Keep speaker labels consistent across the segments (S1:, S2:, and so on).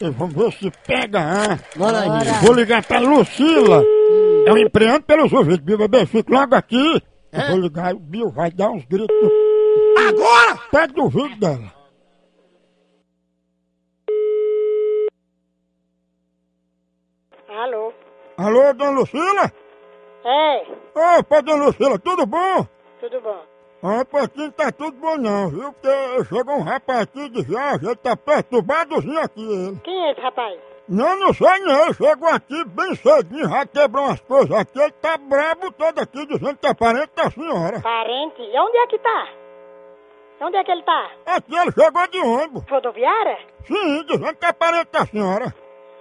S1: Eu vou ver se pega ar.
S2: Bora aí.
S3: Bora.
S1: Vou ligar pra Lucila. É um Eu empreendo pelos ouvidos, Bill bebê. Fico logo aqui. Eu vou ligar, o Bill vai dar uns gritos. Agora! Pega do ouvido dela.
S3: Alô?
S1: Alô, dona Lucila?
S3: É,
S1: Opa, dona Lucila, tudo bom?
S3: tudo bom?
S1: Ah, pô, aqui não tá tudo bom não, viu? Porque chegou um rapaz aqui de viagem, ele tá perturbadozinho aqui, ele.
S3: Quem é esse rapaz?
S1: Não, não sei não, ele chegou aqui bem cedinho, já quebrou umas coisas aqui, ele tá brabo todo aqui, dizendo que é parente da senhora.
S3: Parente? E onde é que tá? Onde é que ele tá?
S1: Aqui ele chegou de ônibus,
S3: Rodoviária?
S1: sim, dizendo que é parente da senhora.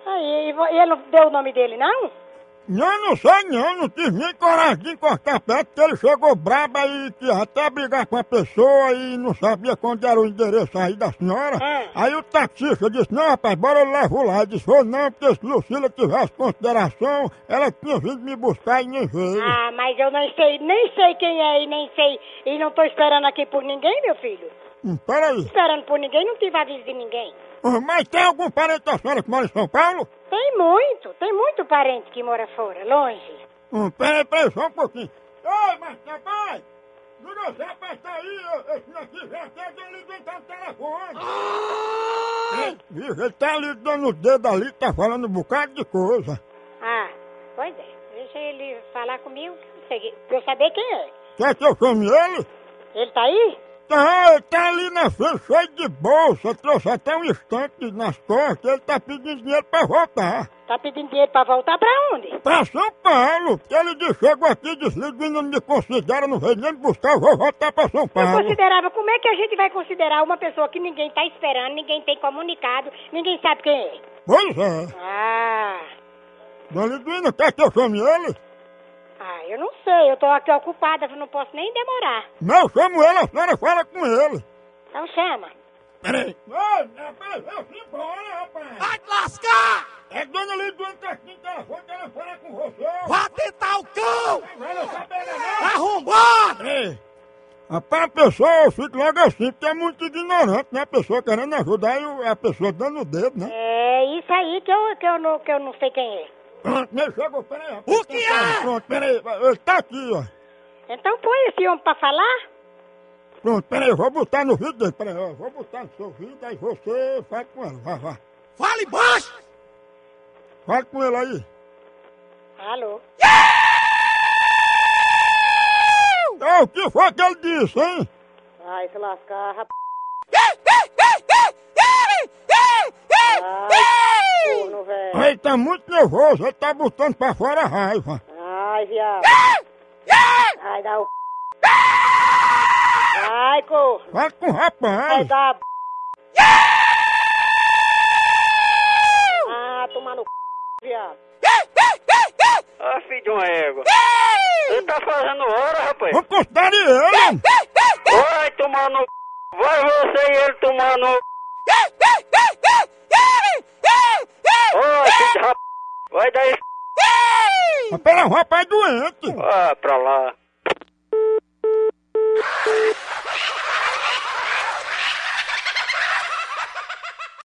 S3: Aí, e vo- e ele não deu o nome dele, não?
S1: Não, não sei não, não tive nem coragem de encostar perto, porque ele chegou brabo aí, que ia até brigar com a pessoa e não sabia quando era o endereço aí da senhora.
S3: Hum.
S1: Aí o taxista disse, não rapaz, bora eu levo lá. Eu disse, vou não, porque se Lucila tivesse consideração, ela tinha vindo me buscar e nem veio.
S3: Ah, mas eu não sei, nem sei quem é e nem sei. E não tô esperando aqui por ninguém, meu filho.
S1: Hum, peraí,
S3: Esperando por ninguém, não tive aviso de ninguém.
S1: Ah, mas tem algum parente da senhora que mora em São Paulo?
S3: Tem muito, tem muito parente que mora fora, longe.
S1: Hum, peraí, peraí, só um pouquinho. Ei, mas rapaz, liga já pra essa tá aí, eu- esse aqui já quer que ele vem o telefone. Ei, Vixe, ele tá ali dando o dedo ali, tá falando um bocado de coisa.
S3: Ah, pois é. Deixa ele falar comigo, não sei, pra eu saber quem é.
S1: Quer que eu chame ele?
S3: Ele tá aí?
S1: Tá, ele tá ali na frente, cheio de bolsa, trouxe até um estante nas costas, ele tá pedindo dinheiro pra voltar.
S3: Tá pedindo dinheiro pra voltar pra onde?
S1: Pra São Paulo, porque ele disse, chegou aqui, desliga e não me considera, não veio nem me buscar, eu vou voltar pra São
S3: Eu
S1: Paulo.
S3: considerava, como é que a gente vai considerar uma pessoa que ninguém tá esperando, ninguém tem comunicado, ninguém sabe quem é?
S1: Pois é.
S3: Ah,
S1: Dona Liguina, quer que eu chame ele?
S3: ah, eu não sei, eu tô aqui ocupada, eu não posso nem demorar.
S1: Não, eu chamo ele, a senhora fala com ele.
S3: Então chama.
S1: Peraí. Ei, rapaz, eu vim embora, rapaz.
S2: Vai te lascar!
S1: É Dona Liguina tá aqui no telefone, ela fala com você.
S2: Vá tentar o cão!
S1: Vai não saber nada.
S2: Arrombado!
S1: Peraí. Rapaz, a pessoa, eu fico logo assim, porque é muito ignorante, né? A pessoa querendo ajudar e o- a pessoa dando o dedo, né?
S3: É isso aí que eu, que eu, não, que eu não sei quem é.
S1: Pronto, ele chegou, peraí. rapaz.
S2: O que é?
S1: Pronto, peraí, ele tá aqui, ó.
S3: Então põe esse homem pra falar.
S1: Pronto, peraí, eu vou botar no vídeo dele, peraí, ó, vou botar no seu vídeo, aí você faz com ela, vai, vai.
S2: Fale baixo!
S1: Fala com ele aí.
S3: Alô?
S1: É, o que foi que ele disse, hein?
S3: Ai, se lascar, rapaz. Corno, velho.
S1: Ele tá muito nervoso, ele tá botando pra fora a raiva.
S3: Ai, viado. Ai, dá o. Ai, corno.
S1: Fala com o
S3: Vai
S1: rapaz.
S3: dar. b****. Ah, toma no c, viado.
S4: Ah, filho de uma égua. Você tá fazendo hora, rapaz.
S1: Vamos considerar ele.
S4: Vai tomar no... c****. Vai você e ele tomar no... c****. Ô, filho de rap... Vai dar esse... c****.
S1: Rapaz, é um rapaz doente.
S4: Ah, pra lá.